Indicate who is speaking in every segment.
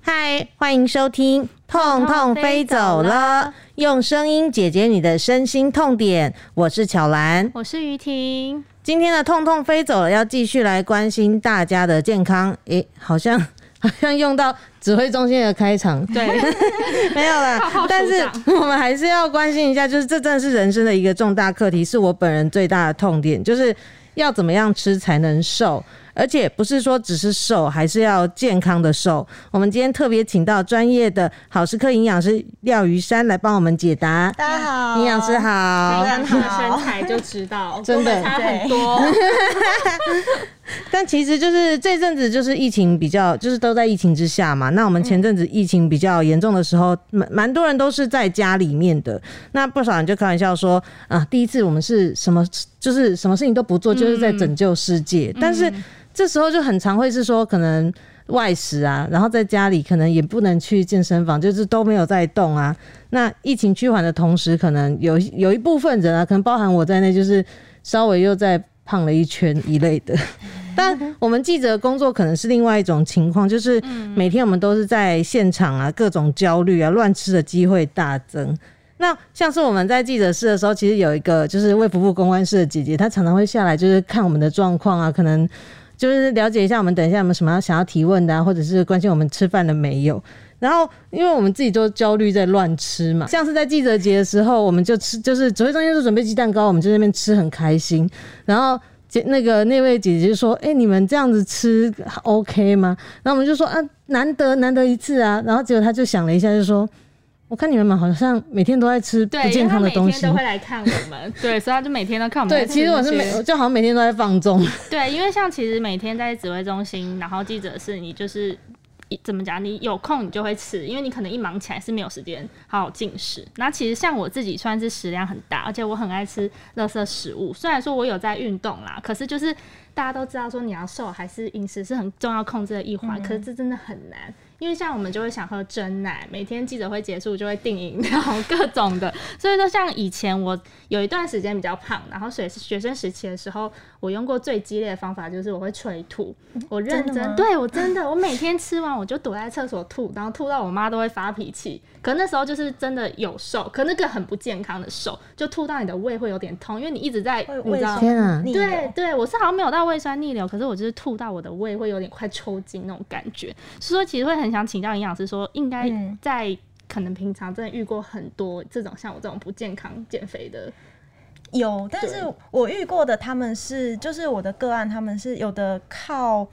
Speaker 1: 嗨，欢迎收听《痛痛飞走了》，用声音解决你的身心痛点。我是巧兰，
Speaker 2: 我是于婷。
Speaker 1: 今天的痛痛飞走了，要继续来关心大家的健康。诶，好像 好像用到指挥中心的开场，
Speaker 2: 对，
Speaker 1: 没有啦
Speaker 2: 好好。
Speaker 1: 但是
Speaker 2: 署
Speaker 1: 我们还是要关心一下，就是这真的是人生的一个重大课题，是我本人最大的痛点，就是要怎么样吃才能瘦。而且不是说只是瘦，还是要健康的瘦。我们今天特别请到专业的好食课营养师廖于山来帮我们解答。
Speaker 3: 大家好，
Speaker 1: 营养师好，
Speaker 2: 看她的身材就知 道，
Speaker 1: 真的
Speaker 2: 跟我差很多。
Speaker 1: 但其实就是这阵子就是疫情比较，就是都在疫情之下嘛。那我们前阵子疫情比较严重的时候，蛮蛮多人都是在家里面的。那不少人就开玩笑说啊，第一次我们是什么，就是什么事情都不做，就是在拯救世界。但是这时候就很常会是说可能。外食啊，然后在家里可能也不能去健身房，就是都没有在动啊。那疫情趋缓的同时，可能有有一部分人啊，可能包含我在内，就是稍微又再胖了一圈一类的。但我们记者的工作可能是另外一种情况，就是每天我们都是在现场啊，各种焦虑啊，乱吃的机会大增。那像是我们在记者室的时候，其实有一个就是卫福部公关室的姐姐，她常常会下来就是看我们的状况啊，可能就是了解一下我们等一下有没有什么想要提问的啊，或者是关心我们吃饭了没有。然后，因为我们自己都焦虑在乱吃嘛，像是在记者节的时候，我们就吃，就是指挥中心就准备鸡蛋糕，我们就在那边吃很开心。然后姐那个那位姐姐就说：“哎、你们这样子吃 OK 吗？”然后我们就说：“啊，难得难得一次啊。”然后结果她就想了一下，就说：“我看你们好像每天都在吃不
Speaker 2: 对， 因
Speaker 1: 健
Speaker 2: 为她
Speaker 1: 康的
Speaker 2: 每
Speaker 1: 东
Speaker 2: 天
Speaker 1: 西
Speaker 2: 都。会来看我们， 对，所以她就每天都看”我们
Speaker 1: 对，
Speaker 2: 在
Speaker 1: 其
Speaker 2: 吃这些。
Speaker 1: 实我是每就好像每天都在放纵，
Speaker 2: 对，因为像其实每天在指挥中心，然后记者室，你就是一怎么讲，你有空你就会吃，因为你可能一忙起来是没有时间好好进食。那其实像我自己算是食量很大，而且我很爱吃垃圾食物，虽然说我有在运动啦，可是就是大家都知道说你要瘦还是饮食是很重要控制的一环，
Speaker 3: 嗯
Speaker 2: 可是这真的很难。因为像我们就会想喝真奶，每天记者会结束就会订饮料，各种的。所以说，像以前我有一段时间比较胖，然后学学生时期的时候，我用过最激烈的方法就是我会催吐，我认真，
Speaker 3: 嗯真的吗
Speaker 2: 对我真的，我每天吃完我就躲在厕所吐，然后吐到我妈都会发脾气。可那时候就是真的有瘦，可那个很不健康的瘦，就吐到你的胃会有点痛，因为你一直在，
Speaker 3: 会
Speaker 2: 你
Speaker 3: 胃
Speaker 2: 知道。
Speaker 1: 天啊
Speaker 3: 酸逆流
Speaker 2: 对对，我是好像没有到胃酸逆流，可是我就是吐到我的胃会有点快抽筋那种感觉，所以说其实会很想请教营养师说，应该
Speaker 3: 嗯
Speaker 2: 在、可能平常真的遇过很多这种像我这种不健康减肥的，
Speaker 3: 有，但是我遇过的他们是，就是我的个案，他们是有的靠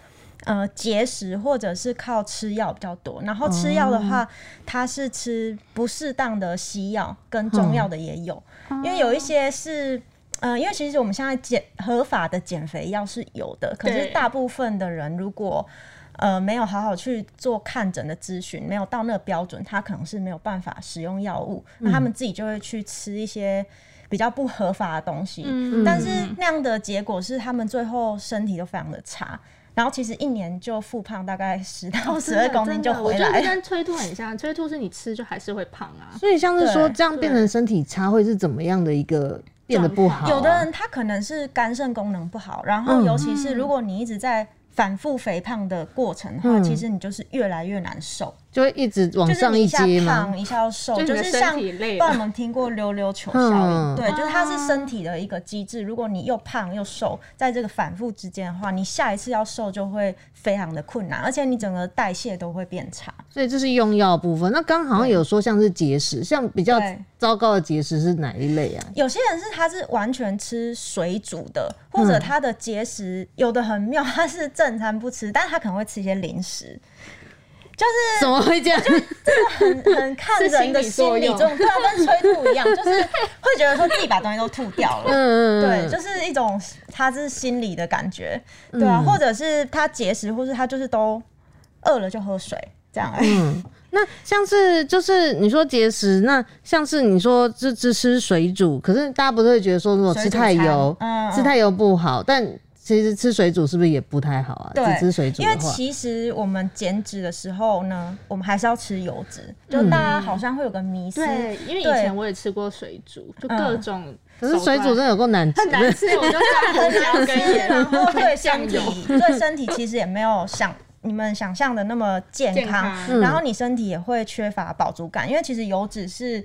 Speaker 3: 呃节食或者是靠吃药比较多，然后吃药的话，他是吃不适当的西药跟中药的也有，因为有一些是。呃，因为其实我们现在减合法的减肥药是有的，可是
Speaker 2: 对
Speaker 3: 大部分的人如果呃没有好好去做看诊的咨询，没有到那个标准，他可能是没有办法使用药物，
Speaker 1: 嗯
Speaker 3: 那他们自己就会去吃一些比较不合法的东西。
Speaker 2: 嗯
Speaker 3: 但是那样的结果是，他们最后身体都非常的差。然后其实一年就复胖大概十
Speaker 2: 哦
Speaker 3: 到十二公斤就回
Speaker 2: 我觉得
Speaker 3: 来
Speaker 2: 这
Speaker 3: 了。
Speaker 2: 跟催吐很像，催吐是你吃就还是会胖啊。
Speaker 1: 所以像是说
Speaker 3: 对
Speaker 1: 这样变成身体差会是怎么样的一个变得不好、啊？
Speaker 3: 有的人他可能是肝肾功能不好，然后
Speaker 1: 嗯
Speaker 3: 尤其是如果你一直在反复肥胖的过程的话，
Speaker 1: 嗯
Speaker 3: 其实你就是越来越难受，
Speaker 1: 就会一直往
Speaker 2: 嗯
Speaker 3: 就是
Speaker 1: 上
Speaker 3: 你一下
Speaker 1: 阶嘛。
Speaker 3: 胖一下要瘦，
Speaker 2: 就
Speaker 3: 就
Speaker 2: 你的
Speaker 3: 是
Speaker 2: 身
Speaker 3: 像
Speaker 2: 体累
Speaker 3: 不知道
Speaker 2: 了啊
Speaker 3: 你们听过溜溜球效
Speaker 1: 嗯
Speaker 3: 应，对，就是它是身体的一个机制。如果你又胖又瘦，在这个反复之间的话，你下一次要瘦就会非常的困难，而且你整个代谢都会变差。
Speaker 1: 所以这是用药部分。那刚好像有说像是节食，像比较
Speaker 3: 对
Speaker 1: 糟糕的节食是哪一类啊？
Speaker 3: 有些人是他是完全吃水煮的，或
Speaker 2: 嗯
Speaker 3: 者他的节食、有的很妙，他是正餐不吃，但他可能会吃一些零食，
Speaker 1: 怎么会这样？
Speaker 3: 很很看人 的
Speaker 2: 是心
Speaker 3: 心
Speaker 2: 理作
Speaker 3: 理
Speaker 2: 用
Speaker 3: 这种，对啊，跟催吐一样，就是会觉得说自己把东西都吐掉 了。
Speaker 1: 嗯
Speaker 3: 对，就是一种他是心理的感觉，对啊，
Speaker 1: 嗯
Speaker 3: 或者是他节食，或是他就是都饿了就喝 水这样、
Speaker 1: 嗯。那像是就是你说节食，那像是你说这只吃水煮，可是大家不是会觉得说如果吃太油，
Speaker 3: 水煮餐嗯嗯
Speaker 1: 吃太油不好，但其实吃水煮是不是也不太好啊？
Speaker 3: 对
Speaker 1: 只吃水煮
Speaker 3: 因
Speaker 1: 的
Speaker 3: 为
Speaker 1: 话，
Speaker 3: 其实我们减脂的时候呢，我们还是要吃油脂，就
Speaker 1: 嗯
Speaker 3: 大家好像会有个迷思，
Speaker 2: 对，因为以
Speaker 3: 对嗯
Speaker 2: 前我也吃过水煮，就各种手
Speaker 1: 可
Speaker 2: 段。
Speaker 1: 是水煮真的有够难吃，
Speaker 2: 很难 吃，我就加
Speaker 3: 很
Speaker 2: 红椒
Speaker 3: 难
Speaker 2: 跟
Speaker 3: 吃，
Speaker 2: 盐，
Speaker 3: 然 后对
Speaker 2: 酱
Speaker 3: 身体
Speaker 2: 油。
Speaker 3: 对身体其实也没有想你们想象的那么健
Speaker 2: 健
Speaker 3: 康，
Speaker 2: 康
Speaker 1: 嗯
Speaker 3: 然后你身体也会缺乏饱足感，因为其实油脂是。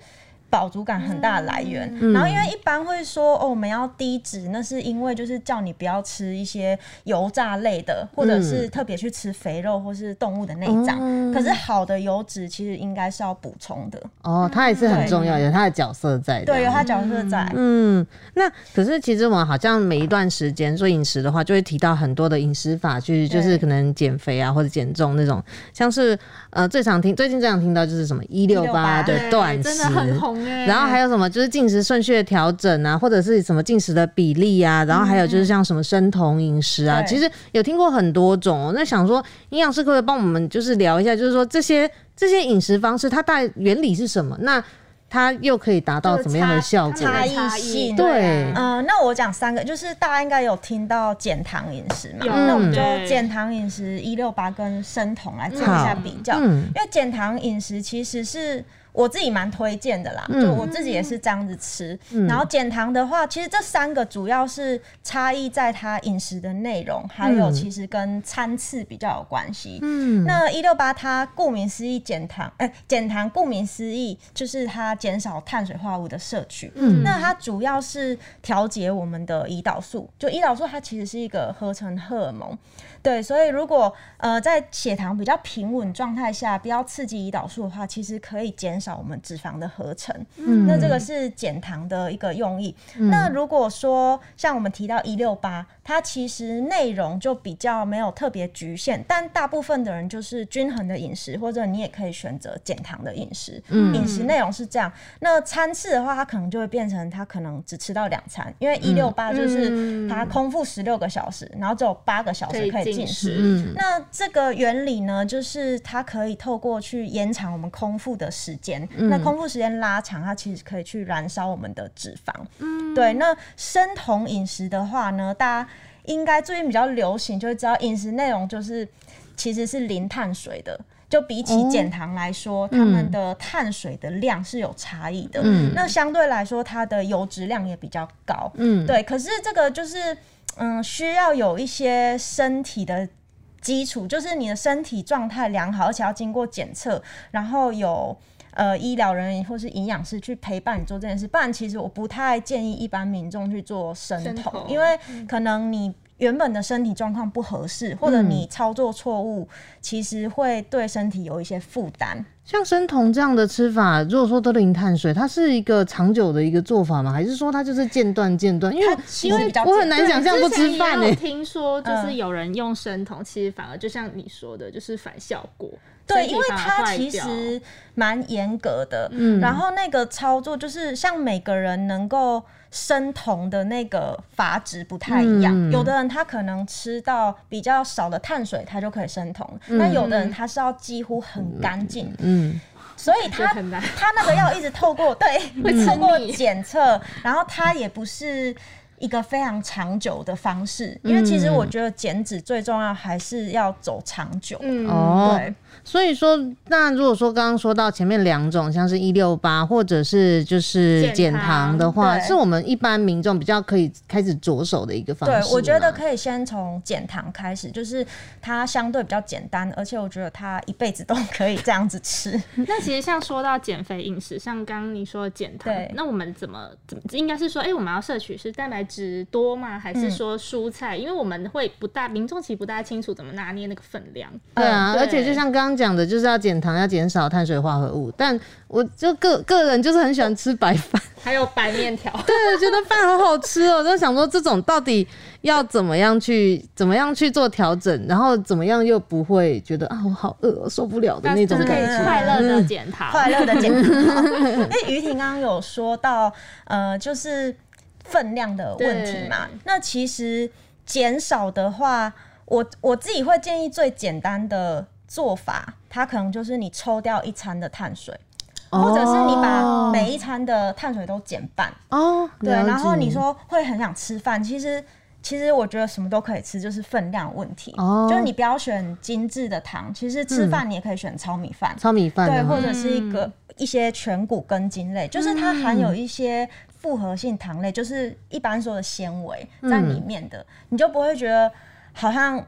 Speaker 3: 饱足感很大的来源，然后因为一般会说哦，我们要低脂，那是因为就是叫你不要吃一些油炸类的，或者是特别去吃肥肉或是动物的内脏。
Speaker 1: 嗯
Speaker 3: 可是好的油脂其实应该是要补充的，
Speaker 1: 哦，它也是很重要，有它的角色在的。
Speaker 3: 对，有它角色在。
Speaker 1: 嗯，那可是其实我们好像每一段时间做饮食的话，就会提到很多的饮食法去，就
Speaker 3: 对
Speaker 1: 是可能减肥啊或者减重那种，像是呃最常听最近最常听到就是什么一六八
Speaker 3: 168
Speaker 1: 的断
Speaker 2: 真
Speaker 1: 食
Speaker 2: 的。很红
Speaker 3: 嗯
Speaker 2: 哎、
Speaker 1: 然后还有什么就是进食顺序的调整啊，或者是什么进食的比例啊，然后还有就是像什么生酮饮食啊，
Speaker 3: 对
Speaker 1: 其实有听过很多种、哦。那想说营养师可不可以帮我们就是聊一下，就是说这些这些饮食方式它大概原理是什么？那它又可以达到怎么样的效果？
Speaker 3: 差异性
Speaker 1: 对
Speaker 2: 啊
Speaker 3: 嗯，那我讲三个，就是大家应该有听到减糖饮食嘛，
Speaker 2: 有
Speaker 3: 那我们就
Speaker 2: 对
Speaker 3: 减糖饮食一六八跟生酮来做一下比较，
Speaker 1: 嗯
Speaker 3: 因为减糖饮食其实是。我自己蛮推荐的啦，
Speaker 1: 嗯
Speaker 3: 就我自己也是这样子吃。然后减糖的话，其实这三个主要是差异在它饮食的内容，还有
Speaker 1: 嗯
Speaker 3: 其实跟餐次比较有关系。
Speaker 1: 嗯，
Speaker 3: 那一六八它顾名思义减糖，哎、减糖顾名思义就是它减少碳水化合物的摄取。
Speaker 1: 嗯
Speaker 3: 那它主要是调节我们的胰岛素，就胰岛素它其实是一个合成荷尔蒙，对，所以如果呃在血糖比较平稳状态下，不要刺激胰岛素的话，其实可以减少我们脂肪的合成。
Speaker 1: 嗯
Speaker 3: 那这个是减糖的一个用意。那如果说像我们提到一六八，它其实内容就比较没有特别局限，但大部分的人就是均衡的饮食，或者你也可以选择减糖的饮食。
Speaker 1: 嗯
Speaker 3: 饮食内容是这样。那餐次的话，它可能就会变成它可能只吃到两餐，因为一六八就是它空腹十六个小时，然后只有八个小哦时可以进食。
Speaker 1: 嗯
Speaker 3: 那这个原理呢，就是它可以透过去延长我们空腹的时间，
Speaker 1: 嗯
Speaker 3: 那空腹时间拉长，它其实可以去燃烧我们的脂肪。嗯，对。那生酮饮食的话呢，大家应该最近比较流行，就会知道饮食内容就是其实是零碳水的。就比起减糖来
Speaker 1: 哦
Speaker 3: 说，它们的碳水的量是有差异的。
Speaker 1: 嗯
Speaker 3: 那相对来说，它的油脂量也比较高。
Speaker 1: 嗯，
Speaker 3: 对，可是这个就是嗯，需要有一些身体的基础，就是你的身体状态良好，而且要经过检测，然后有。呃，医疗人员或是营养师去陪伴你做这件事，不然其实我不太建议一般民众去做生
Speaker 2: 生
Speaker 3: 酮，
Speaker 2: 酮
Speaker 3: 因为可能你原本的身体状况不合适，或者你操作错误，其实会对身体有一些负担。
Speaker 1: 像生酮这样的吃法，如果说都零碳水，它是一个长久的一个做法吗？还是说它就是间断间断？因为
Speaker 3: 其
Speaker 1: 因
Speaker 3: 实
Speaker 1: 为
Speaker 3: 比较
Speaker 1: 我很难想象不吃饭欸嗯呢、
Speaker 2: 我 听说就是有人用生酮，其实反而就像你说的，就是反效果。
Speaker 3: 对，
Speaker 2: 身体
Speaker 3: 因为
Speaker 2: 反而
Speaker 3: 它
Speaker 2: 坏
Speaker 3: 其
Speaker 2: 掉嗯
Speaker 3: 实蛮严格的，然后那个操作就是像每个人能够生酮的那个阀值不太一样，
Speaker 1: 嗯
Speaker 3: 有的人他可能吃到比较少的碳水，他就可以生酮；
Speaker 2: 嗯
Speaker 3: 那、有的人他是要几乎很干净，
Speaker 1: 嗯，
Speaker 3: 所以
Speaker 2: 就
Speaker 3: 他
Speaker 2: 很难。
Speaker 3: 他那个要一直 透过对，
Speaker 2: 会沉
Speaker 3: 透过
Speaker 2: 溺
Speaker 3: 检测，然后它也不是一个非常长久的方式，因为其
Speaker 2: 嗯
Speaker 3: 实我觉得减脂最重要还是要走长久。
Speaker 2: 嗯
Speaker 1: 哦
Speaker 3: 对，
Speaker 1: 所以说，那如果说刚刚说到前面两种，像是一六八或者是就是减
Speaker 2: 减
Speaker 1: 糖
Speaker 2: 糖
Speaker 1: 的话，
Speaker 3: 对
Speaker 1: 是我们一般民众比较可以开始着手的一个方式
Speaker 3: 对
Speaker 1: 吗。，
Speaker 3: 我觉得可以先从减糖开始，就是它相对比较简单，而且我觉得它一辈子都可以这样 子吃。
Speaker 2: 嗯那其实像说到减肥饮食，像刚刚你说的减糖
Speaker 3: 对，
Speaker 2: 那我们怎么怎么应该是说，哎、我们要摄取是蛋白质多吗？还
Speaker 3: 嗯
Speaker 2: 是说蔬菜？因为我们会不大，民众其实不大清楚怎么拿捏那个分量。
Speaker 1: 对啊，
Speaker 2: 嗯
Speaker 1: 而且
Speaker 2: 对
Speaker 1: 就像刚刚讲的，就是要减糖，要减少碳水化合物。但我就个个人就是很喜欢吃白 饭，
Speaker 2: 还有白面条，
Speaker 1: 对，觉得饭好好吃哦。就想说这种到底要怎么样去怎么样去做调整，然后怎么样又不会觉得啊我好饿哦、受不了的那种
Speaker 2: 就是可
Speaker 1: 感
Speaker 2: 以
Speaker 1: 觉。
Speaker 2: 快乐的减糖，
Speaker 3: 嗯快乐的减糖。因为于婷刚刚有说到，呃，就是分量的问题嘛。那其实减少的话，我我自己会建议最简单的做法，它可能就是你抽掉一餐的碳水，
Speaker 1: 哦
Speaker 3: 或者是你把每一餐的碳水都减半。
Speaker 1: 哦，
Speaker 3: 对，
Speaker 1: 了
Speaker 3: 然后
Speaker 1: 解
Speaker 3: 你说会很想吃饭，其实其实我觉得什么都可以吃，就是分量问题。
Speaker 1: 哦
Speaker 3: 就是你不要选精致的糖，其实吃饭你也可以选糙米饭，
Speaker 1: 糙米饭
Speaker 3: 对，
Speaker 1: 啊，
Speaker 3: 或者是一个一些全谷根茎
Speaker 1: 嗯
Speaker 3: 类，就是它含有一些复合性糖类，就是一般说的纤维
Speaker 1: 嗯
Speaker 3: 在里面的，你就不会觉得好像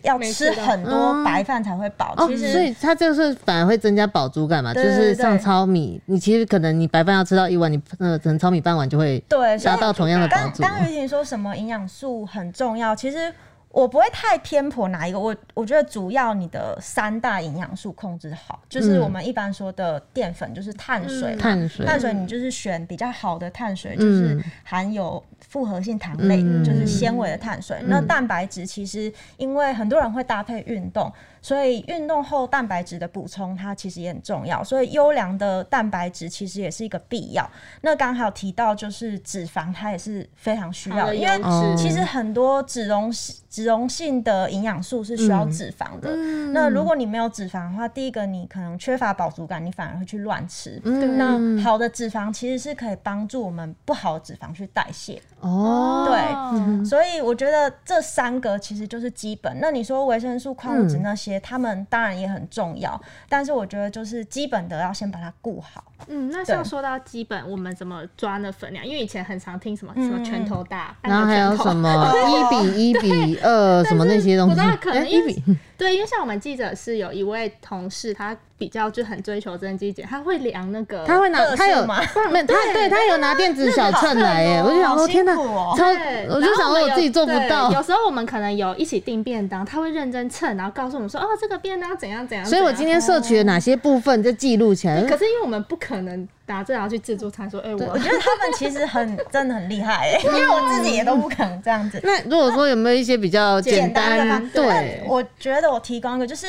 Speaker 3: 要
Speaker 2: 没
Speaker 3: 吃
Speaker 2: 吃到
Speaker 3: 很多白饭才会饱。
Speaker 1: 嗯哦，
Speaker 3: 其实
Speaker 1: 所以它就是反而会增加饱足感嘛，
Speaker 3: 对对
Speaker 1: 就是像
Speaker 3: 对
Speaker 1: 糙米，你其实可能你白饭要吃到一碗，你呃可能糙米半碗就会
Speaker 3: 对，所
Speaker 1: 达
Speaker 3: 以
Speaker 1: 到同样的饱
Speaker 3: 刚
Speaker 1: 足。
Speaker 3: 刚雨婷说什么营养素很重要，其实我不会太偏颇哪一个，我我觉得主要你的三大营养素控制好，就是
Speaker 1: 嗯
Speaker 3: 我们一般说的淀粉，就是碳水
Speaker 2: 嗯
Speaker 3: 嘛。
Speaker 1: 碳水，
Speaker 3: 碳水你就是选比较好的碳水，就是含有复合性糖类，
Speaker 1: 嗯
Speaker 3: 就是纤维的碳水。那蛋白质其实因为很多人会搭配运动，所以运动后蛋白质的补充它其实也很重要。所以优良的蛋白质其实也是一个必要。那刚好提到就是脂肪，它也是非常需要
Speaker 2: 好
Speaker 3: 的，
Speaker 2: 的
Speaker 3: 因
Speaker 2: 油
Speaker 3: 为
Speaker 1: 哦
Speaker 2: 脂，
Speaker 3: 其实很多脂溶性脂溶性的营养素是需要脂肪的。那如果你没有脂肪的话，第一个你可能缺乏饱足感，你反而会去乱吃。
Speaker 1: 嗯
Speaker 3: 那好的脂肪其实是可以帮助我们不好的脂肪去代谢。
Speaker 1: 哦，
Speaker 3: 对
Speaker 2: 哦
Speaker 3: 所以我觉得这三个其实就是基本。那你说维生素、矿物质那些，它们当然也很重要，但是我觉得就是基本的要先把它顾好。
Speaker 2: 嗯，那像说到基本，我们怎么抓那分量？因为以前很常听什么什么拳头大，
Speaker 1: 嗯然后还有
Speaker 2: 按个拳头
Speaker 1: 什
Speaker 3: 哦
Speaker 1: 么一比一比二什么那些东西，
Speaker 2: 不大可能
Speaker 1: 哎
Speaker 2: 因
Speaker 1: 一
Speaker 2: 为
Speaker 1: 比
Speaker 2: 对，因为像我们记者是有一位同事，他比较就很追求增肌减，他会量那个，
Speaker 1: 他会拿
Speaker 3: 特
Speaker 1: 他啊有
Speaker 3: 色吗
Speaker 1: 没有 他对他有拿电子小秤来耶，
Speaker 3: 那个
Speaker 1: 我就想
Speaker 3: 好
Speaker 1: 说
Speaker 3: 好
Speaker 1: 天
Speaker 3: 辛
Speaker 1: 哪，
Speaker 3: 苦哦
Speaker 1: 超
Speaker 2: 对
Speaker 1: 我就
Speaker 2: 然后
Speaker 1: 想
Speaker 2: 们
Speaker 1: 说我
Speaker 2: 有
Speaker 1: 自己做不
Speaker 2: 对
Speaker 1: 到，
Speaker 2: 有时候我们可能有一起订便当，他会认真称，然后告诉我们说，哦，这个便当怎样怎样。
Speaker 1: 所以我
Speaker 2: 怎样
Speaker 1: 今天摄取了哪些部分就记录起来。
Speaker 3: 嗯
Speaker 2: 可是因为我们不可能拿这然后去自助餐说，哎、我
Speaker 3: 我觉得他们其实很真的很厉害、欸，因为我自己也都不可能这样子。
Speaker 1: 那如果说有没有一些比较简
Speaker 3: 简单的
Speaker 1: 单
Speaker 3: 方，
Speaker 1: 对，
Speaker 3: 我觉得我提供一个，就是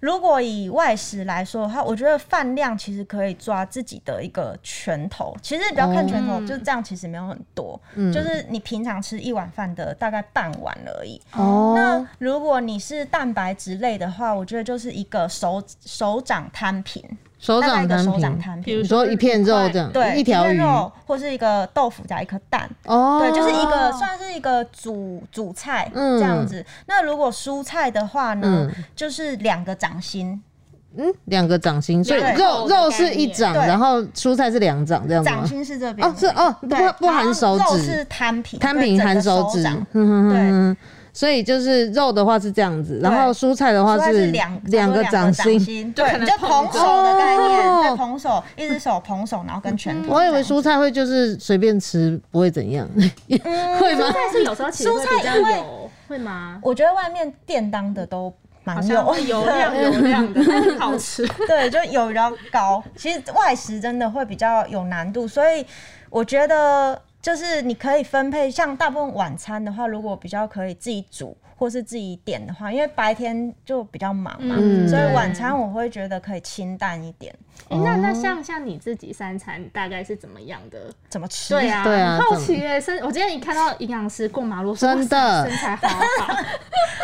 Speaker 3: 如果以外食来说的话，我觉得饭量其实可以抓自己的一个拳头。其实不要看拳头，
Speaker 1: 嗯
Speaker 2: 哦
Speaker 3: 就是这样，其实没有很多，就是你平常吃一碗饭的大概半碗而已。
Speaker 1: 哦
Speaker 3: 那，如果你是蛋白质类的话，我觉得就是一个手手掌摊平，
Speaker 1: 手
Speaker 3: 大
Speaker 1: 掌
Speaker 3: 概一个
Speaker 1: 摊
Speaker 3: 手掌
Speaker 1: 平，
Speaker 3: 摊
Speaker 2: 比
Speaker 1: 你
Speaker 2: 如
Speaker 3: 平，
Speaker 1: 说一片肉这样，
Speaker 3: 对，
Speaker 1: 一条
Speaker 3: 片
Speaker 1: 鱼，
Speaker 3: 肉或是一个豆腐加一颗蛋，
Speaker 1: 哦，
Speaker 3: 对，就是一个算是一个主主菜
Speaker 1: 嗯
Speaker 3: 这样子。那如果蔬菜的话呢，
Speaker 1: 嗯
Speaker 3: 就是两个掌心，
Speaker 1: 嗯两个掌心，所以
Speaker 2: 对
Speaker 1: 肉
Speaker 2: 肉的
Speaker 1: 肉是
Speaker 2: 概
Speaker 1: 一
Speaker 2: 念
Speaker 1: 掌，
Speaker 3: 对
Speaker 1: 然后蔬菜是两掌这样吗
Speaker 3: 掌？心是这
Speaker 1: 嗯
Speaker 3: 边
Speaker 1: 哦，是哦，不
Speaker 3: 对，
Speaker 1: 不含手
Speaker 3: 然后肉
Speaker 1: 指，
Speaker 3: 是摊平，
Speaker 1: 摊
Speaker 3: 对
Speaker 1: 平
Speaker 3: 整个
Speaker 1: 含手指嗯
Speaker 3: 掌，
Speaker 1: 哼哼哼哼所以就是肉的话是这样子，然后蔬菜的话
Speaker 3: 蔬菜是两
Speaker 1: 两个掌
Speaker 3: 心，
Speaker 1: 心。
Speaker 2: 就
Speaker 3: 对，
Speaker 2: 可能
Speaker 3: 你就
Speaker 2: 捧
Speaker 3: 捧手的概念，
Speaker 1: 哦嗯
Speaker 3: 对，捧手，一只手捧手，然后跟拳头这
Speaker 1: 我
Speaker 3: 样。
Speaker 1: 以为蔬菜会就是随便吃，不会怎样，
Speaker 3: 嗯
Speaker 1: 会吗？
Speaker 2: 但是有时候其实会比较
Speaker 3: 蔬菜因
Speaker 2: 油，会吗？
Speaker 3: 我觉得外面便当的都蛮
Speaker 2: 好像
Speaker 3: 油
Speaker 2: 会油 量油 量的，但是好吃。
Speaker 3: 对，就有比较高。其实外食真的会比较有难度，所以我觉得就是你可以分配，像大部分晚餐的话，如果比较可以自己煮或是自己点的话，因为白天就比较忙嘛，
Speaker 1: 嗯
Speaker 3: 所以
Speaker 1: 对
Speaker 3: 晚餐我会觉得可以清淡一点，
Speaker 2: 哎那
Speaker 1: 哦
Speaker 2: 那像像你自己三餐大概是怎么样的？
Speaker 3: 怎么吃？
Speaker 2: 对啊，
Speaker 1: 对啊
Speaker 2: 很好奇耶！身我今天一看到营养师过马路，说
Speaker 1: 真的
Speaker 2: 哇塞身材好好。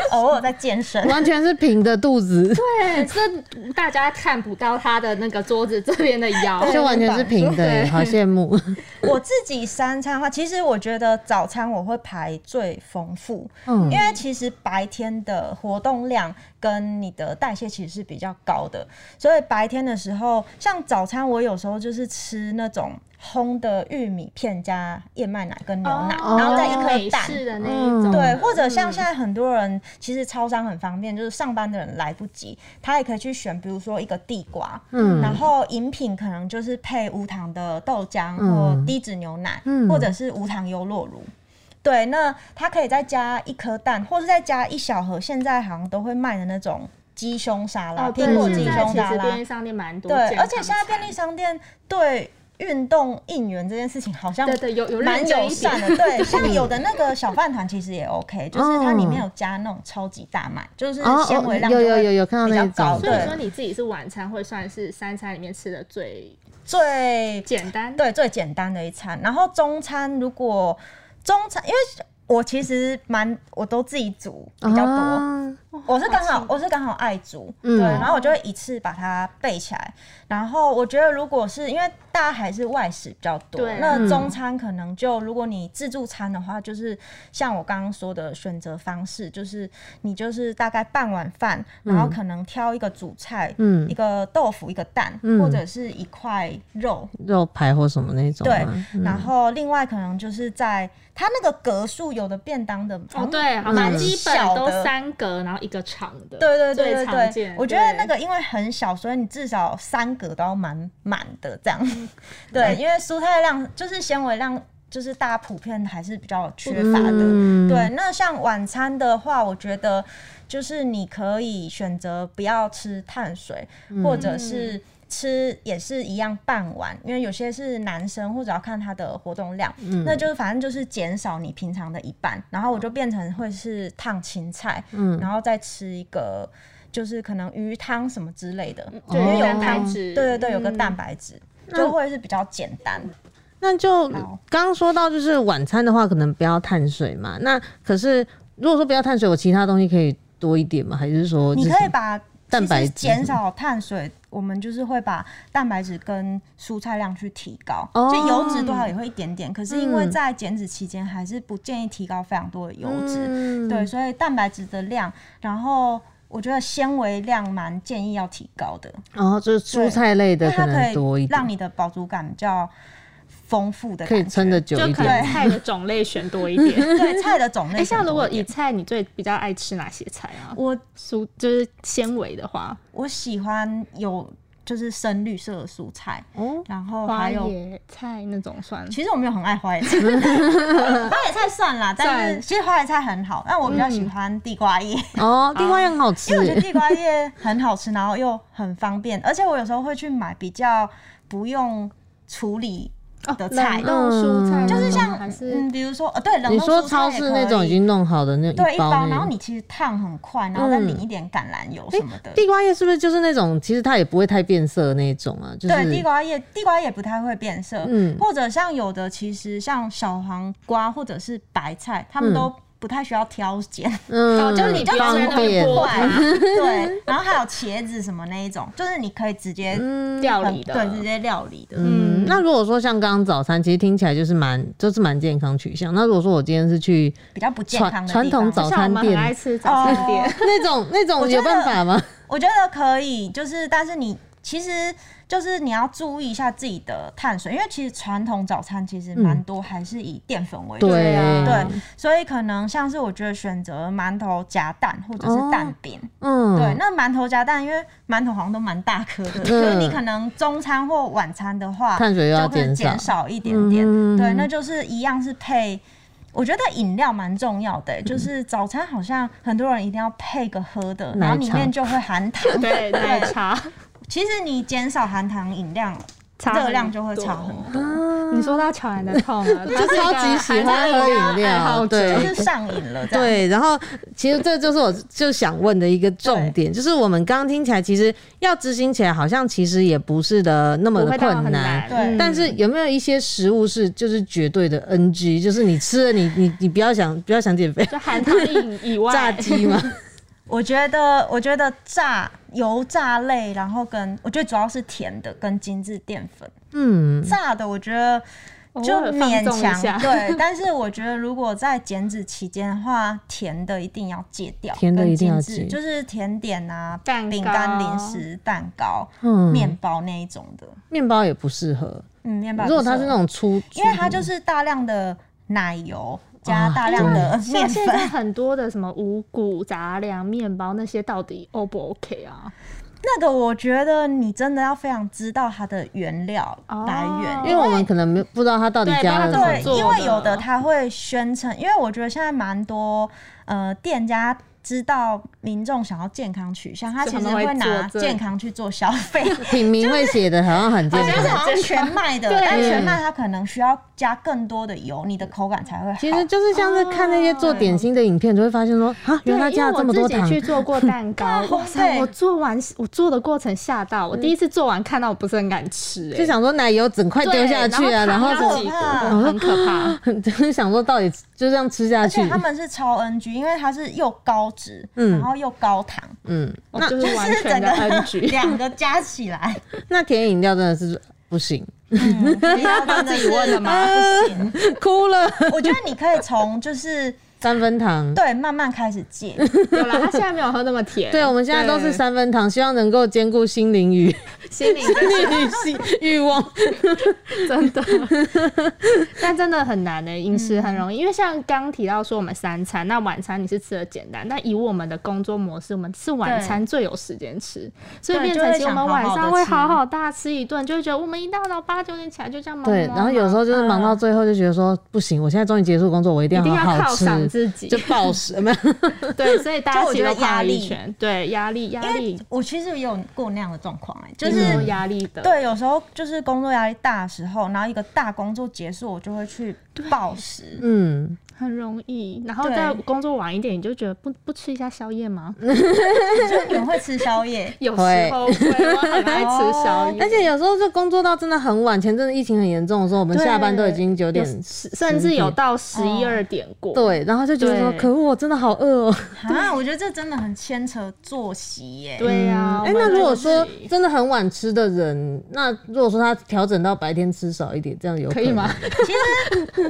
Speaker 3: 偶尔在健身。
Speaker 1: 完全是平的肚子，
Speaker 2: 对，这大家看不到他的那个桌子这边的腰。
Speaker 1: 就完全是平的耶，好羡慕。
Speaker 3: 我自己三餐的话，其实我觉得早餐我会排最丰富，
Speaker 1: 嗯
Speaker 3: 因为其实白天的活动量跟你的代谢其实是比较高的，所以白天的时候，像早餐我有时候就是吃那种烘的玉米片加燕麦奶跟牛奶，
Speaker 2: 哦
Speaker 1: 哦
Speaker 3: 然后再一颗
Speaker 2: 美
Speaker 3: 蛋。
Speaker 2: 式的那
Speaker 1: 嗯
Speaker 2: 一种，
Speaker 3: 对，或者像现在很多人，其实超商很方便，就是上班的人来不及，他也可以去选，比如说一个地瓜，
Speaker 1: 嗯
Speaker 3: 然后饮品可能就是配无糖的豆浆或
Speaker 1: 嗯
Speaker 3: 低脂牛奶，
Speaker 1: 嗯
Speaker 3: 或者是无糖优酪乳。对，那它可以再加一颗蛋，或是再加一小盒，现在好像都会卖的那种鸡胸沙拉，
Speaker 2: 哦，对
Speaker 3: 苹果
Speaker 2: 现
Speaker 3: 鸡
Speaker 2: 在
Speaker 3: 胸
Speaker 2: 其
Speaker 3: 沙
Speaker 2: 实
Speaker 3: 拉。
Speaker 2: 便利商店蛮多
Speaker 3: 对
Speaker 2: 健，康
Speaker 3: 而
Speaker 2: 的
Speaker 3: 且
Speaker 2: 餐，
Speaker 3: 现在便利商店对运动应援这件事情好像
Speaker 2: 对对有有认
Speaker 3: 蛮
Speaker 2: 真
Speaker 3: 友
Speaker 2: 一
Speaker 3: 善
Speaker 2: 点，
Speaker 3: 的，对，像有的那个小饭团其实也 OK，就是它里面有加那种超级大麦，就是
Speaker 1: 哦
Speaker 3: 纤维量
Speaker 1: 有
Speaker 3: 就
Speaker 1: 有
Speaker 3: 会
Speaker 1: 有有看到
Speaker 3: 比较
Speaker 1: 那
Speaker 3: 高，
Speaker 1: 种
Speaker 2: 所以
Speaker 3: 对
Speaker 2: 说，你自己是晚餐会算是三餐里面吃的最
Speaker 3: 最
Speaker 2: 简单，，
Speaker 3: 对最简单的一餐。然后中餐如果中餐，因为我其实蛮我都自己煮比较多，
Speaker 1: 啊
Speaker 3: 我是刚好我是刚好爱煮，
Speaker 1: 嗯
Speaker 3: 对，然后我就会一次把它背起来。然后我觉得，如果是因为大家还是外食比较多
Speaker 2: 对，
Speaker 3: 那
Speaker 1: 嗯
Speaker 3: 中餐可能就如果你自助餐的话，就是像我刚刚说的选择方式，就是你就是大概半碗饭，然后可能挑一个主菜，
Speaker 1: 嗯
Speaker 3: 一个豆腐，一个蛋，
Speaker 1: 嗯
Speaker 3: 或者是一块肉，
Speaker 1: 肉排或什么那种
Speaker 3: 对
Speaker 1: 吗，嗯
Speaker 3: 然后另外可能就是在它那个格数，有的便当的
Speaker 2: 哦，
Speaker 3: 嗯
Speaker 2: 对，好
Speaker 1: 嗯
Speaker 2: 像基本都
Speaker 3: 小的
Speaker 2: 三格，然后一个长的，
Speaker 3: 对对对
Speaker 2: 最
Speaker 3: 对
Speaker 2: 常
Speaker 3: 对
Speaker 2: 见，
Speaker 3: 我觉得那
Speaker 2: 对
Speaker 3: 个因为很小，所以你至少三格都要满满的这样。
Speaker 2: 嗯
Speaker 3: 对，因为蔬菜量就是纤维量，就是大家普遍还是比较缺乏的。
Speaker 1: 嗯
Speaker 3: 对，那像晚餐的话，我觉得就是你可以选择不要吃碳水，
Speaker 2: 嗯
Speaker 3: 或者是吃也是一样半碗，因为有些是男生或者要看他的活动量，
Speaker 2: 嗯
Speaker 3: 那就是反正就是减少你平常的一半，然后我就变成会是烫青菜，
Speaker 1: 嗯
Speaker 3: 然后再吃一个就是可能鱼汤什么之类的，
Speaker 1: 嗯
Speaker 2: 对
Speaker 3: 因为有
Speaker 2: 蛋白
Speaker 3: 汤
Speaker 2: 质
Speaker 3: 对对对，有个
Speaker 2: 嗯
Speaker 3: 蛋白质。就会是比较简单，
Speaker 1: 那就
Speaker 3: 好
Speaker 1: 刚刚说到，就是晚餐的话，可能不要碳水嘛。那可是如果说不要碳水，我其他东西可以多一点吗？还是说
Speaker 3: 你
Speaker 1: 就是
Speaker 3: 可以把
Speaker 1: 蛋白
Speaker 3: 其
Speaker 1: 质
Speaker 3: 实减少碳水，我们就是会把蛋白质跟蔬菜量去提高，
Speaker 1: 哦
Speaker 3: 就油脂多少也会一点点。可是因为
Speaker 1: 嗯
Speaker 3: 在减脂期间，还是不建议提高非常多的油脂，
Speaker 1: 嗯
Speaker 3: 对，所以蛋白质的量，然后我觉得纤维量蛮建议要提高的，
Speaker 1: 然后哦就是蔬菜类
Speaker 3: 因
Speaker 1: 的
Speaker 3: 为它可
Speaker 1: 能多一
Speaker 3: 以
Speaker 1: 点
Speaker 3: 让，你的饱足感比较丰富的
Speaker 1: 可以
Speaker 3: 感觉，
Speaker 1: 撑得久
Speaker 2: 就
Speaker 1: 一
Speaker 2: 可能
Speaker 1: 点。
Speaker 2: 菜的种类选多一点。
Speaker 3: 对菜的种
Speaker 2: 哎、
Speaker 3: 类选
Speaker 2: 像如
Speaker 3: 多
Speaker 2: 果
Speaker 3: 一点。
Speaker 2: 以菜，你最比较爱吃哪些菜啊？
Speaker 3: 我
Speaker 2: 蔬就是纤维的话，
Speaker 3: 我喜欢有就是深绿色的蔬菜，
Speaker 1: 哦，
Speaker 3: 然后
Speaker 2: 花
Speaker 3: 还有
Speaker 2: 椰菜那种算。
Speaker 3: 其实我没有很爱花 椰菜，花椰菜算啦，
Speaker 1: 嗯
Speaker 3: 但是
Speaker 2: 算
Speaker 3: 其实花椰菜很好，但我比较喜欢地瓜 叶，
Speaker 1: 哦，地瓜也很好吃欸
Speaker 3: 因为我觉得地瓜叶很好吃，然后又很方便，而且我有时候会去买比较不用处理
Speaker 2: 哦
Speaker 3: 的菜，
Speaker 1: 冻
Speaker 2: 嗯
Speaker 1: 蔬菜
Speaker 3: 就是
Speaker 2: 还
Speaker 3: 像
Speaker 2: 是
Speaker 3: 嗯，比如说呃，对，冷
Speaker 1: 你
Speaker 3: 冻
Speaker 1: 说
Speaker 3: 蔬菜
Speaker 1: 超
Speaker 3: 也
Speaker 1: 市
Speaker 3: 可
Speaker 1: 那种已
Speaker 3: 以
Speaker 1: 经弄好的那种
Speaker 3: 对一包，
Speaker 1: 那
Speaker 3: 然后
Speaker 1: 种
Speaker 3: 你其实烫很快，然后再
Speaker 1: 嗯
Speaker 3: 淋一点橄榄油什么的。
Speaker 1: 地瓜叶是不是就是那种其实它也不会太变色的那种啊？就是
Speaker 3: 对，地瓜叶，地瓜叶不太会变色，
Speaker 1: 嗯
Speaker 3: 或者像有的其实像小黄瓜或者是白菜，他们
Speaker 1: 嗯
Speaker 3: 都不太需要挑 拣，
Speaker 1: 嗯，
Speaker 2: 哦就是你不要在那边
Speaker 1: 方便
Speaker 2: 剥
Speaker 3: 对对，然后还有茄子什么那一种，就是你可以直接
Speaker 1: 嗯
Speaker 2: 料
Speaker 3: 很
Speaker 2: 理的，
Speaker 3: 对，直接料理的。
Speaker 1: 嗯，那如果说像刚刚早餐，其实听起来就是蛮就是蛮健康取向。那如果说我今天是 去
Speaker 3: 比较不健
Speaker 1: 传
Speaker 3: 康的
Speaker 1: 传
Speaker 3: 地
Speaker 1: 统
Speaker 3: 方
Speaker 1: 早
Speaker 2: 像我
Speaker 1: 餐
Speaker 2: 们很爱
Speaker 1: 店
Speaker 2: 吃早餐店，
Speaker 3: 哦
Speaker 1: 那种那种
Speaker 3: 我觉
Speaker 1: 有
Speaker 3: 得
Speaker 1: 办法吗？
Speaker 3: 我觉得可以，就是但是你其实就是你要注意一下自己的碳水，因为其实传统早餐其实蛮多还是以淀粉为主，
Speaker 1: 对
Speaker 2: 啊
Speaker 3: 对，所以可能像是我觉得选择馒头夹蛋或者
Speaker 1: 哦
Speaker 3: 是蛋饼，
Speaker 1: 嗯，
Speaker 3: 对，那馒头夹蛋，因为馒头好像都蛮大颗的，所以你可能中餐或晚餐的话，
Speaker 1: 碳水又要
Speaker 3: 就可以
Speaker 1: 减少
Speaker 3: 减少一点点。
Speaker 1: 嗯
Speaker 3: 对，那就是一样是配。我觉得饮料蛮重要的、欸就是早餐好像很多人一定要配个喝的，然
Speaker 1: 奶
Speaker 3: 后里
Speaker 1: 茶
Speaker 3: 面就会含糖。
Speaker 2: 对奶茶，
Speaker 3: 其实你减少含糖饮料，
Speaker 2: 茶
Speaker 3: 热量就会差很
Speaker 2: 啊
Speaker 3: 多，
Speaker 2: 你说到乔安的痛 啊，他
Speaker 1: 就超级喜欢喝饮料，对
Speaker 3: 就。是上瘾了。这样，
Speaker 1: 对，然后其实这就是我就想问的一个重点，就是我们刚刚听起来，其实要执行起来好像其实也不是的那么
Speaker 2: 不
Speaker 1: 的
Speaker 2: 会到
Speaker 1: 困
Speaker 2: 很
Speaker 1: 难，
Speaker 2: 难，
Speaker 3: 对嗯
Speaker 1: 但是有没有一些食物是就是绝对的 NG，就是你吃了你你你不要想不要想减肥，
Speaker 2: 就含糖饮以外，
Speaker 1: 炸鸡 吗？
Speaker 3: 我觉得，我觉得炸油炸类，然后跟我觉得主要是甜的跟精致淀粉。
Speaker 1: 嗯，
Speaker 3: 炸的，我觉得就
Speaker 2: 偶尔放
Speaker 3: 哦勉
Speaker 2: 纵一
Speaker 3: 强
Speaker 2: 下
Speaker 3: 对，但是我觉得如果在减脂期间的话，甜的一定要戒掉，
Speaker 1: 甜的
Speaker 3: 跟
Speaker 1: 一定要
Speaker 3: 精致
Speaker 1: 戒
Speaker 3: 就是甜点啊、
Speaker 2: 蛋糕
Speaker 3: 饼干、零食、蛋糕、
Speaker 1: 嗯
Speaker 3: 面包那一种的。
Speaker 1: 面包也不适合。
Speaker 3: 嗯，面包
Speaker 1: 如果它
Speaker 3: 不
Speaker 1: 是
Speaker 3: 适
Speaker 1: 那
Speaker 3: 合，
Speaker 1: 种粗，
Speaker 3: 因为它就是大量的奶油加
Speaker 1: 啊
Speaker 3: 大量的
Speaker 2: 像
Speaker 3: 面
Speaker 2: 现
Speaker 3: 粉，
Speaker 2: 在很多的什么五谷杂粮、面包那些，到底 O 不 OK 啊？
Speaker 3: 那个我觉得你真的要非常知道它的原料
Speaker 2: 哦
Speaker 3: 来源，
Speaker 1: 因为我们可能没有不知道它到底
Speaker 2: 对
Speaker 1: 加了
Speaker 2: 不知道它
Speaker 1: 什
Speaker 2: 怎么
Speaker 1: 么。
Speaker 3: 对，因为有
Speaker 2: 做的
Speaker 3: 的他会宣称，因为我觉得现在蛮多呃店家知道民众想要健康取向，他
Speaker 2: 所以
Speaker 3: 其
Speaker 2: 他
Speaker 3: 实
Speaker 2: 们会
Speaker 3: 会
Speaker 2: 做
Speaker 3: 拿
Speaker 2: 这
Speaker 3: 健康去做消费。
Speaker 1: 品名会写的好像很健
Speaker 3: 好像是
Speaker 1: 康，
Speaker 3: 好像全麦的，
Speaker 2: 对
Speaker 3: 但全麦它可能需要加更多的油，你的口感才会好。
Speaker 1: 其实就是像是看那些做点心的影片，就会发现说啊，
Speaker 2: 对，
Speaker 1: 原
Speaker 2: 因
Speaker 1: 来
Speaker 2: 为
Speaker 1: 加了这么多
Speaker 2: 我
Speaker 1: 糖
Speaker 2: 自己。去做过蛋 糕
Speaker 3: 啊，
Speaker 2: 哇塞！
Speaker 3: 对
Speaker 2: 我做完，我做的过程吓到
Speaker 3: 嗯
Speaker 2: 我，第一次做完看到我不是很敢吃、欸，
Speaker 1: 就想说奶油整块
Speaker 2: 对
Speaker 1: 丢下去啊，然
Speaker 2: 然
Speaker 1: 后
Speaker 3: 后
Speaker 2: 自己
Speaker 3: 然
Speaker 1: 后
Speaker 2: 很可怕。
Speaker 1: 就就是想说到底就这样吃下
Speaker 3: 而
Speaker 1: 去
Speaker 3: 且，他们是超 NG，因为它是又高脂，
Speaker 1: 嗯
Speaker 3: 然后又高糖，
Speaker 1: 嗯，
Speaker 2: 哦
Speaker 1: 那
Speaker 2: 就是完
Speaker 3: 是整
Speaker 2: 全的
Speaker 3: 个
Speaker 2: NG。
Speaker 3: 两个加起来，
Speaker 1: 那甜饮料真的是不行，
Speaker 3: 嗯，不要真的
Speaker 2: 自己问的吗
Speaker 3: 不行，
Speaker 1: 哭了。
Speaker 3: 我觉得你可以从就是
Speaker 1: 三分糖，
Speaker 3: 对慢慢开始戒，
Speaker 2: 有啦，他现在没有喝那么甜。
Speaker 1: 对，我们现在都是三分糖，希望能够兼顾心灵与
Speaker 2: 心灵就是
Speaker 1: 欲欲望。
Speaker 2: 真的， 嗯但真的很难的、欸饮食很容易，因为像刚提到说我们三餐，那晚餐你是吃的简单，但以我们的工作模式，我们吃晚餐最有时间吃，所以
Speaker 3: 对
Speaker 2: 变
Speaker 3: 就
Speaker 2: 成
Speaker 3: 会
Speaker 2: 其实我们
Speaker 3: 想好
Speaker 2: 晚
Speaker 3: 好地
Speaker 2: 上会
Speaker 3: 吃
Speaker 2: 好好大吃一顿，就会觉得我们一大早八九点起来就这样忙
Speaker 1: 对，
Speaker 2: 忙
Speaker 1: 然后有时候就是忙到最后就觉得说不行，我现在终于结束工作，我一定
Speaker 2: 一定要
Speaker 1: 好好
Speaker 2: 犒
Speaker 1: 吃，
Speaker 2: 赏自己，
Speaker 1: 就暴食 嘛。
Speaker 2: 对，所以大家
Speaker 3: 就我
Speaker 2: 其实
Speaker 3: 觉
Speaker 2: 都
Speaker 3: 得
Speaker 2: 怕
Speaker 3: 压
Speaker 2: 一
Speaker 3: 力
Speaker 2: 圈，对压力压
Speaker 3: 因为
Speaker 2: 力
Speaker 3: 我其实也有过那样的状况，哎，就
Speaker 2: 一定
Speaker 3: 是
Speaker 2: 有压力的，
Speaker 3: 对，有时候就是工作压力大的时候，然后一个大工作结束，我就会去暴食。
Speaker 1: 嗯，
Speaker 2: 很容易。然后
Speaker 3: 对
Speaker 2: 在工作晚一点，你就觉得不不吃一下宵夜吗？
Speaker 3: 所以你们会吃宵
Speaker 2: ？
Speaker 3: 夜
Speaker 2: 有
Speaker 1: 会
Speaker 2: 时候会，哦我很 爱吃宵夜，
Speaker 1: 而且有时候就工作到真的很晚，前阵子疫情很严重的时候，我们
Speaker 2: 对
Speaker 1: 下班都已经九点
Speaker 2: 有
Speaker 1: 十，
Speaker 2: 甚至有
Speaker 1: 10点
Speaker 2: 到十一二点过。，
Speaker 1: 对，然后就觉得说，
Speaker 2: 对
Speaker 1: 可恶，我真的好饿哦。
Speaker 3: 啊，我觉得这真的很牵扯作息耶。
Speaker 2: 对呀、我
Speaker 1: 哎、
Speaker 2: 们
Speaker 1: 那
Speaker 2: 这
Speaker 1: 如果
Speaker 2: 个
Speaker 1: 说
Speaker 2: 啊是
Speaker 1: 真的很晚吃的人，那如果说他调整到白天吃少一点，这样有
Speaker 2: 可以
Speaker 1: 能
Speaker 2: 吗？？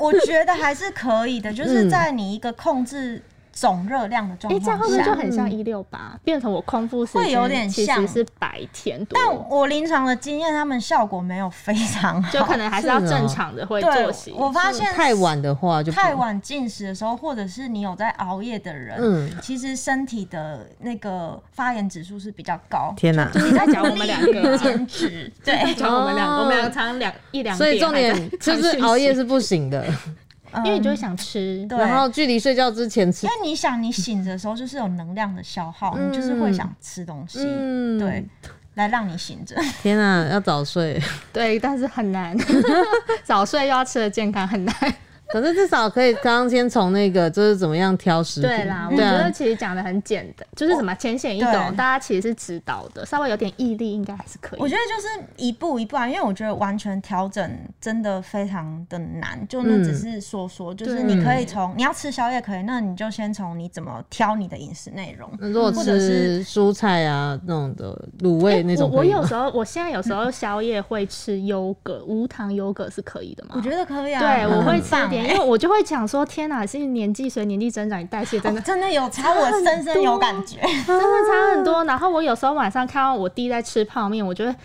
Speaker 3: 我觉得还是可以的，就是在你一个控制总热量的状
Speaker 2: 哎、这样会
Speaker 3: 况
Speaker 2: 不会就
Speaker 3: 下。
Speaker 2: 很像一六八，变成我空腹时间
Speaker 3: 会有点
Speaker 2: 其实
Speaker 3: 像
Speaker 2: 是白天多，
Speaker 3: 但我临床的经验，他们效果没有非常好，
Speaker 2: 就可能还是要
Speaker 1: 是哦
Speaker 2: 正常的会作息嗯
Speaker 3: 对。。我发现
Speaker 1: 太晚的话就不
Speaker 3: 太。晚进食的时候，或者是你有在熬夜的人，
Speaker 1: 嗯
Speaker 3: 其实身体的那个发炎指数是比较高。
Speaker 1: 天哪、
Speaker 2: 你在讲我们两个啊，
Speaker 3: 减脂，对，
Speaker 2: 讲我们两个，
Speaker 1: 哦
Speaker 2: 我们两个常两一两点还在，
Speaker 1: 所以重点就是熬夜是不行的，
Speaker 2: 因为你就会想吃，
Speaker 3: 嗯对
Speaker 1: 然后距离睡觉之前吃
Speaker 2: 哎
Speaker 3: 因为你想，你醒着的时候就是有能量的消耗，
Speaker 1: 嗯
Speaker 3: 你就是会想吃东西，
Speaker 1: 嗯
Speaker 3: 对，来让你醒着。
Speaker 1: 天啊，要早睡。
Speaker 2: 对，但是很难， 早睡又要吃的健康很难。
Speaker 1: 可是至少可以刚刚先从那个就是怎么样挑食品，
Speaker 2: 对啦，我
Speaker 1: 对
Speaker 2: 觉得
Speaker 1: 啊，
Speaker 2: 其实讲的很简单，就是什么浅显易
Speaker 3: 对
Speaker 2: 懂，大家其实是知道的，稍微有点毅力应该还是可以。
Speaker 3: 我觉得就是一步一步啊，因为我觉得完全调整真的非常的难，就那只是说说，就是你可以从你要吃宵夜可以，那你就先从你怎么挑你的饮食内容，
Speaker 2: 嗯
Speaker 1: 那如果
Speaker 3: 或者是
Speaker 1: 吃蔬菜啊那种的卤味那种
Speaker 2: 哎我我
Speaker 1: 可以吗，
Speaker 2: 有时候，我现在有时候宵夜会吃优格，无糖优格是可以的吗？
Speaker 3: 我觉得可以啊，
Speaker 2: 对，我会吃一
Speaker 3: 放
Speaker 2: 点，
Speaker 3: 欸
Speaker 2: 因为我就会讲说，天哪，是年纪随年纪增长，你代谢真的、
Speaker 3: 哦真的有差，我深深有感觉。
Speaker 2: 真的差很
Speaker 3: 啊
Speaker 2: 多。然后我有时候晚上看到我弟在吃泡面，我就会。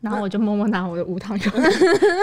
Speaker 2: 然后我就默默拿我的无糖 优格，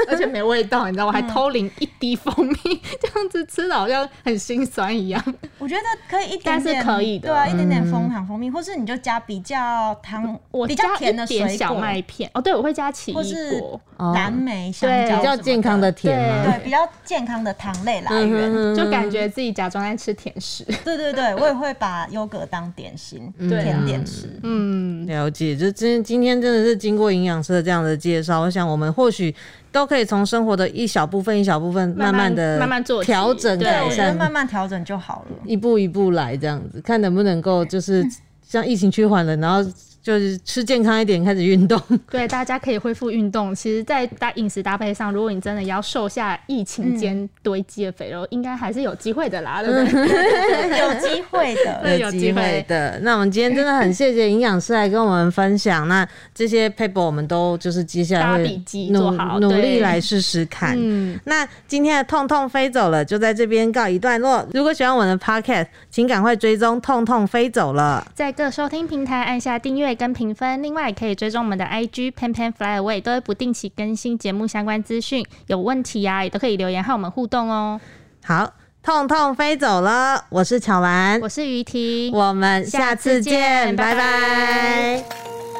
Speaker 2: 而且没味道，你知道，我还偷淋一滴蜂蜜，这样子吃的好像很心酸一样。
Speaker 3: 我觉得可以一点
Speaker 2: 但是
Speaker 3: 点，
Speaker 2: 可以的
Speaker 3: 对啊，一点点蜂糖蜂蜜，或是你就加比较糖，
Speaker 2: 嗯我
Speaker 3: 比
Speaker 2: 加
Speaker 3: 较
Speaker 2: 一
Speaker 3: 甜的水
Speaker 2: 点
Speaker 3: 果，
Speaker 2: 小麦片，哦，对，我会加奇
Speaker 3: 或
Speaker 2: 异
Speaker 3: 是
Speaker 2: 果，
Speaker 3: 蓝莓、香
Speaker 2: 对
Speaker 3: 蕉，
Speaker 1: 哦比较健康的，甜嗯嘛，
Speaker 3: 对，比较健康的糖类来源。
Speaker 1: 嗯
Speaker 2: 就感觉自己假装在吃甜食。
Speaker 3: 对对对，我也会把优格当点心、
Speaker 2: 对啊
Speaker 3: 甜点吃。
Speaker 2: 嗯，
Speaker 1: 了解，就今今天真的是经过营养师的这样的介绍，我想我们或许都可以从生活的一小部分、一小部分，
Speaker 2: 慢慢
Speaker 1: 慢的、
Speaker 2: 慢慢做起
Speaker 1: 调整、
Speaker 2: 对
Speaker 3: 对，
Speaker 1: 改
Speaker 3: 我觉得
Speaker 1: 善，
Speaker 3: 慢慢调整就好了。
Speaker 1: 一步一步来这样子，看能不能够就是像疫情趋缓了，然后就是吃健康一点，开始运动。
Speaker 2: 对，大家可以恢复运动。其实，在搭饮食搭配上，如果你真的要瘦下疫
Speaker 3: 嗯
Speaker 2: 情间堆积的肥肉，应该还是有机会的啦，对不对？
Speaker 3: 有机会的，
Speaker 2: 对
Speaker 1: 有
Speaker 2: 有
Speaker 1: 机
Speaker 2: 机
Speaker 1: 会
Speaker 2: 会
Speaker 1: 的。那我们今天真的很谢谢营养师来跟我们分享，那这些 paper 我们都就是接下来
Speaker 2: 打
Speaker 1: 会
Speaker 2: 笔记
Speaker 1: 努
Speaker 2: 做好
Speaker 1: 努
Speaker 2: 对
Speaker 1: 力来试试看。
Speaker 2: 嗯
Speaker 1: 那今天的痛痛飞走了就在这边告一段落。如果喜欢我们的 podcast，请赶快追踪痛痛飞走了。
Speaker 2: 在各收听平台按下订阅跟评分，另外也可以追踪我们的 IG pan pan fly away，都会不定期更新节目相关资讯。有问题呀、也都可以留言和我们互动哦。
Speaker 1: 好，痛痛飞走了，我是巧兰，
Speaker 2: 我是于婷，
Speaker 1: 我们下次
Speaker 2: 下次见
Speaker 1: 见，拜
Speaker 2: 拜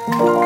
Speaker 1: 拜
Speaker 2: 拜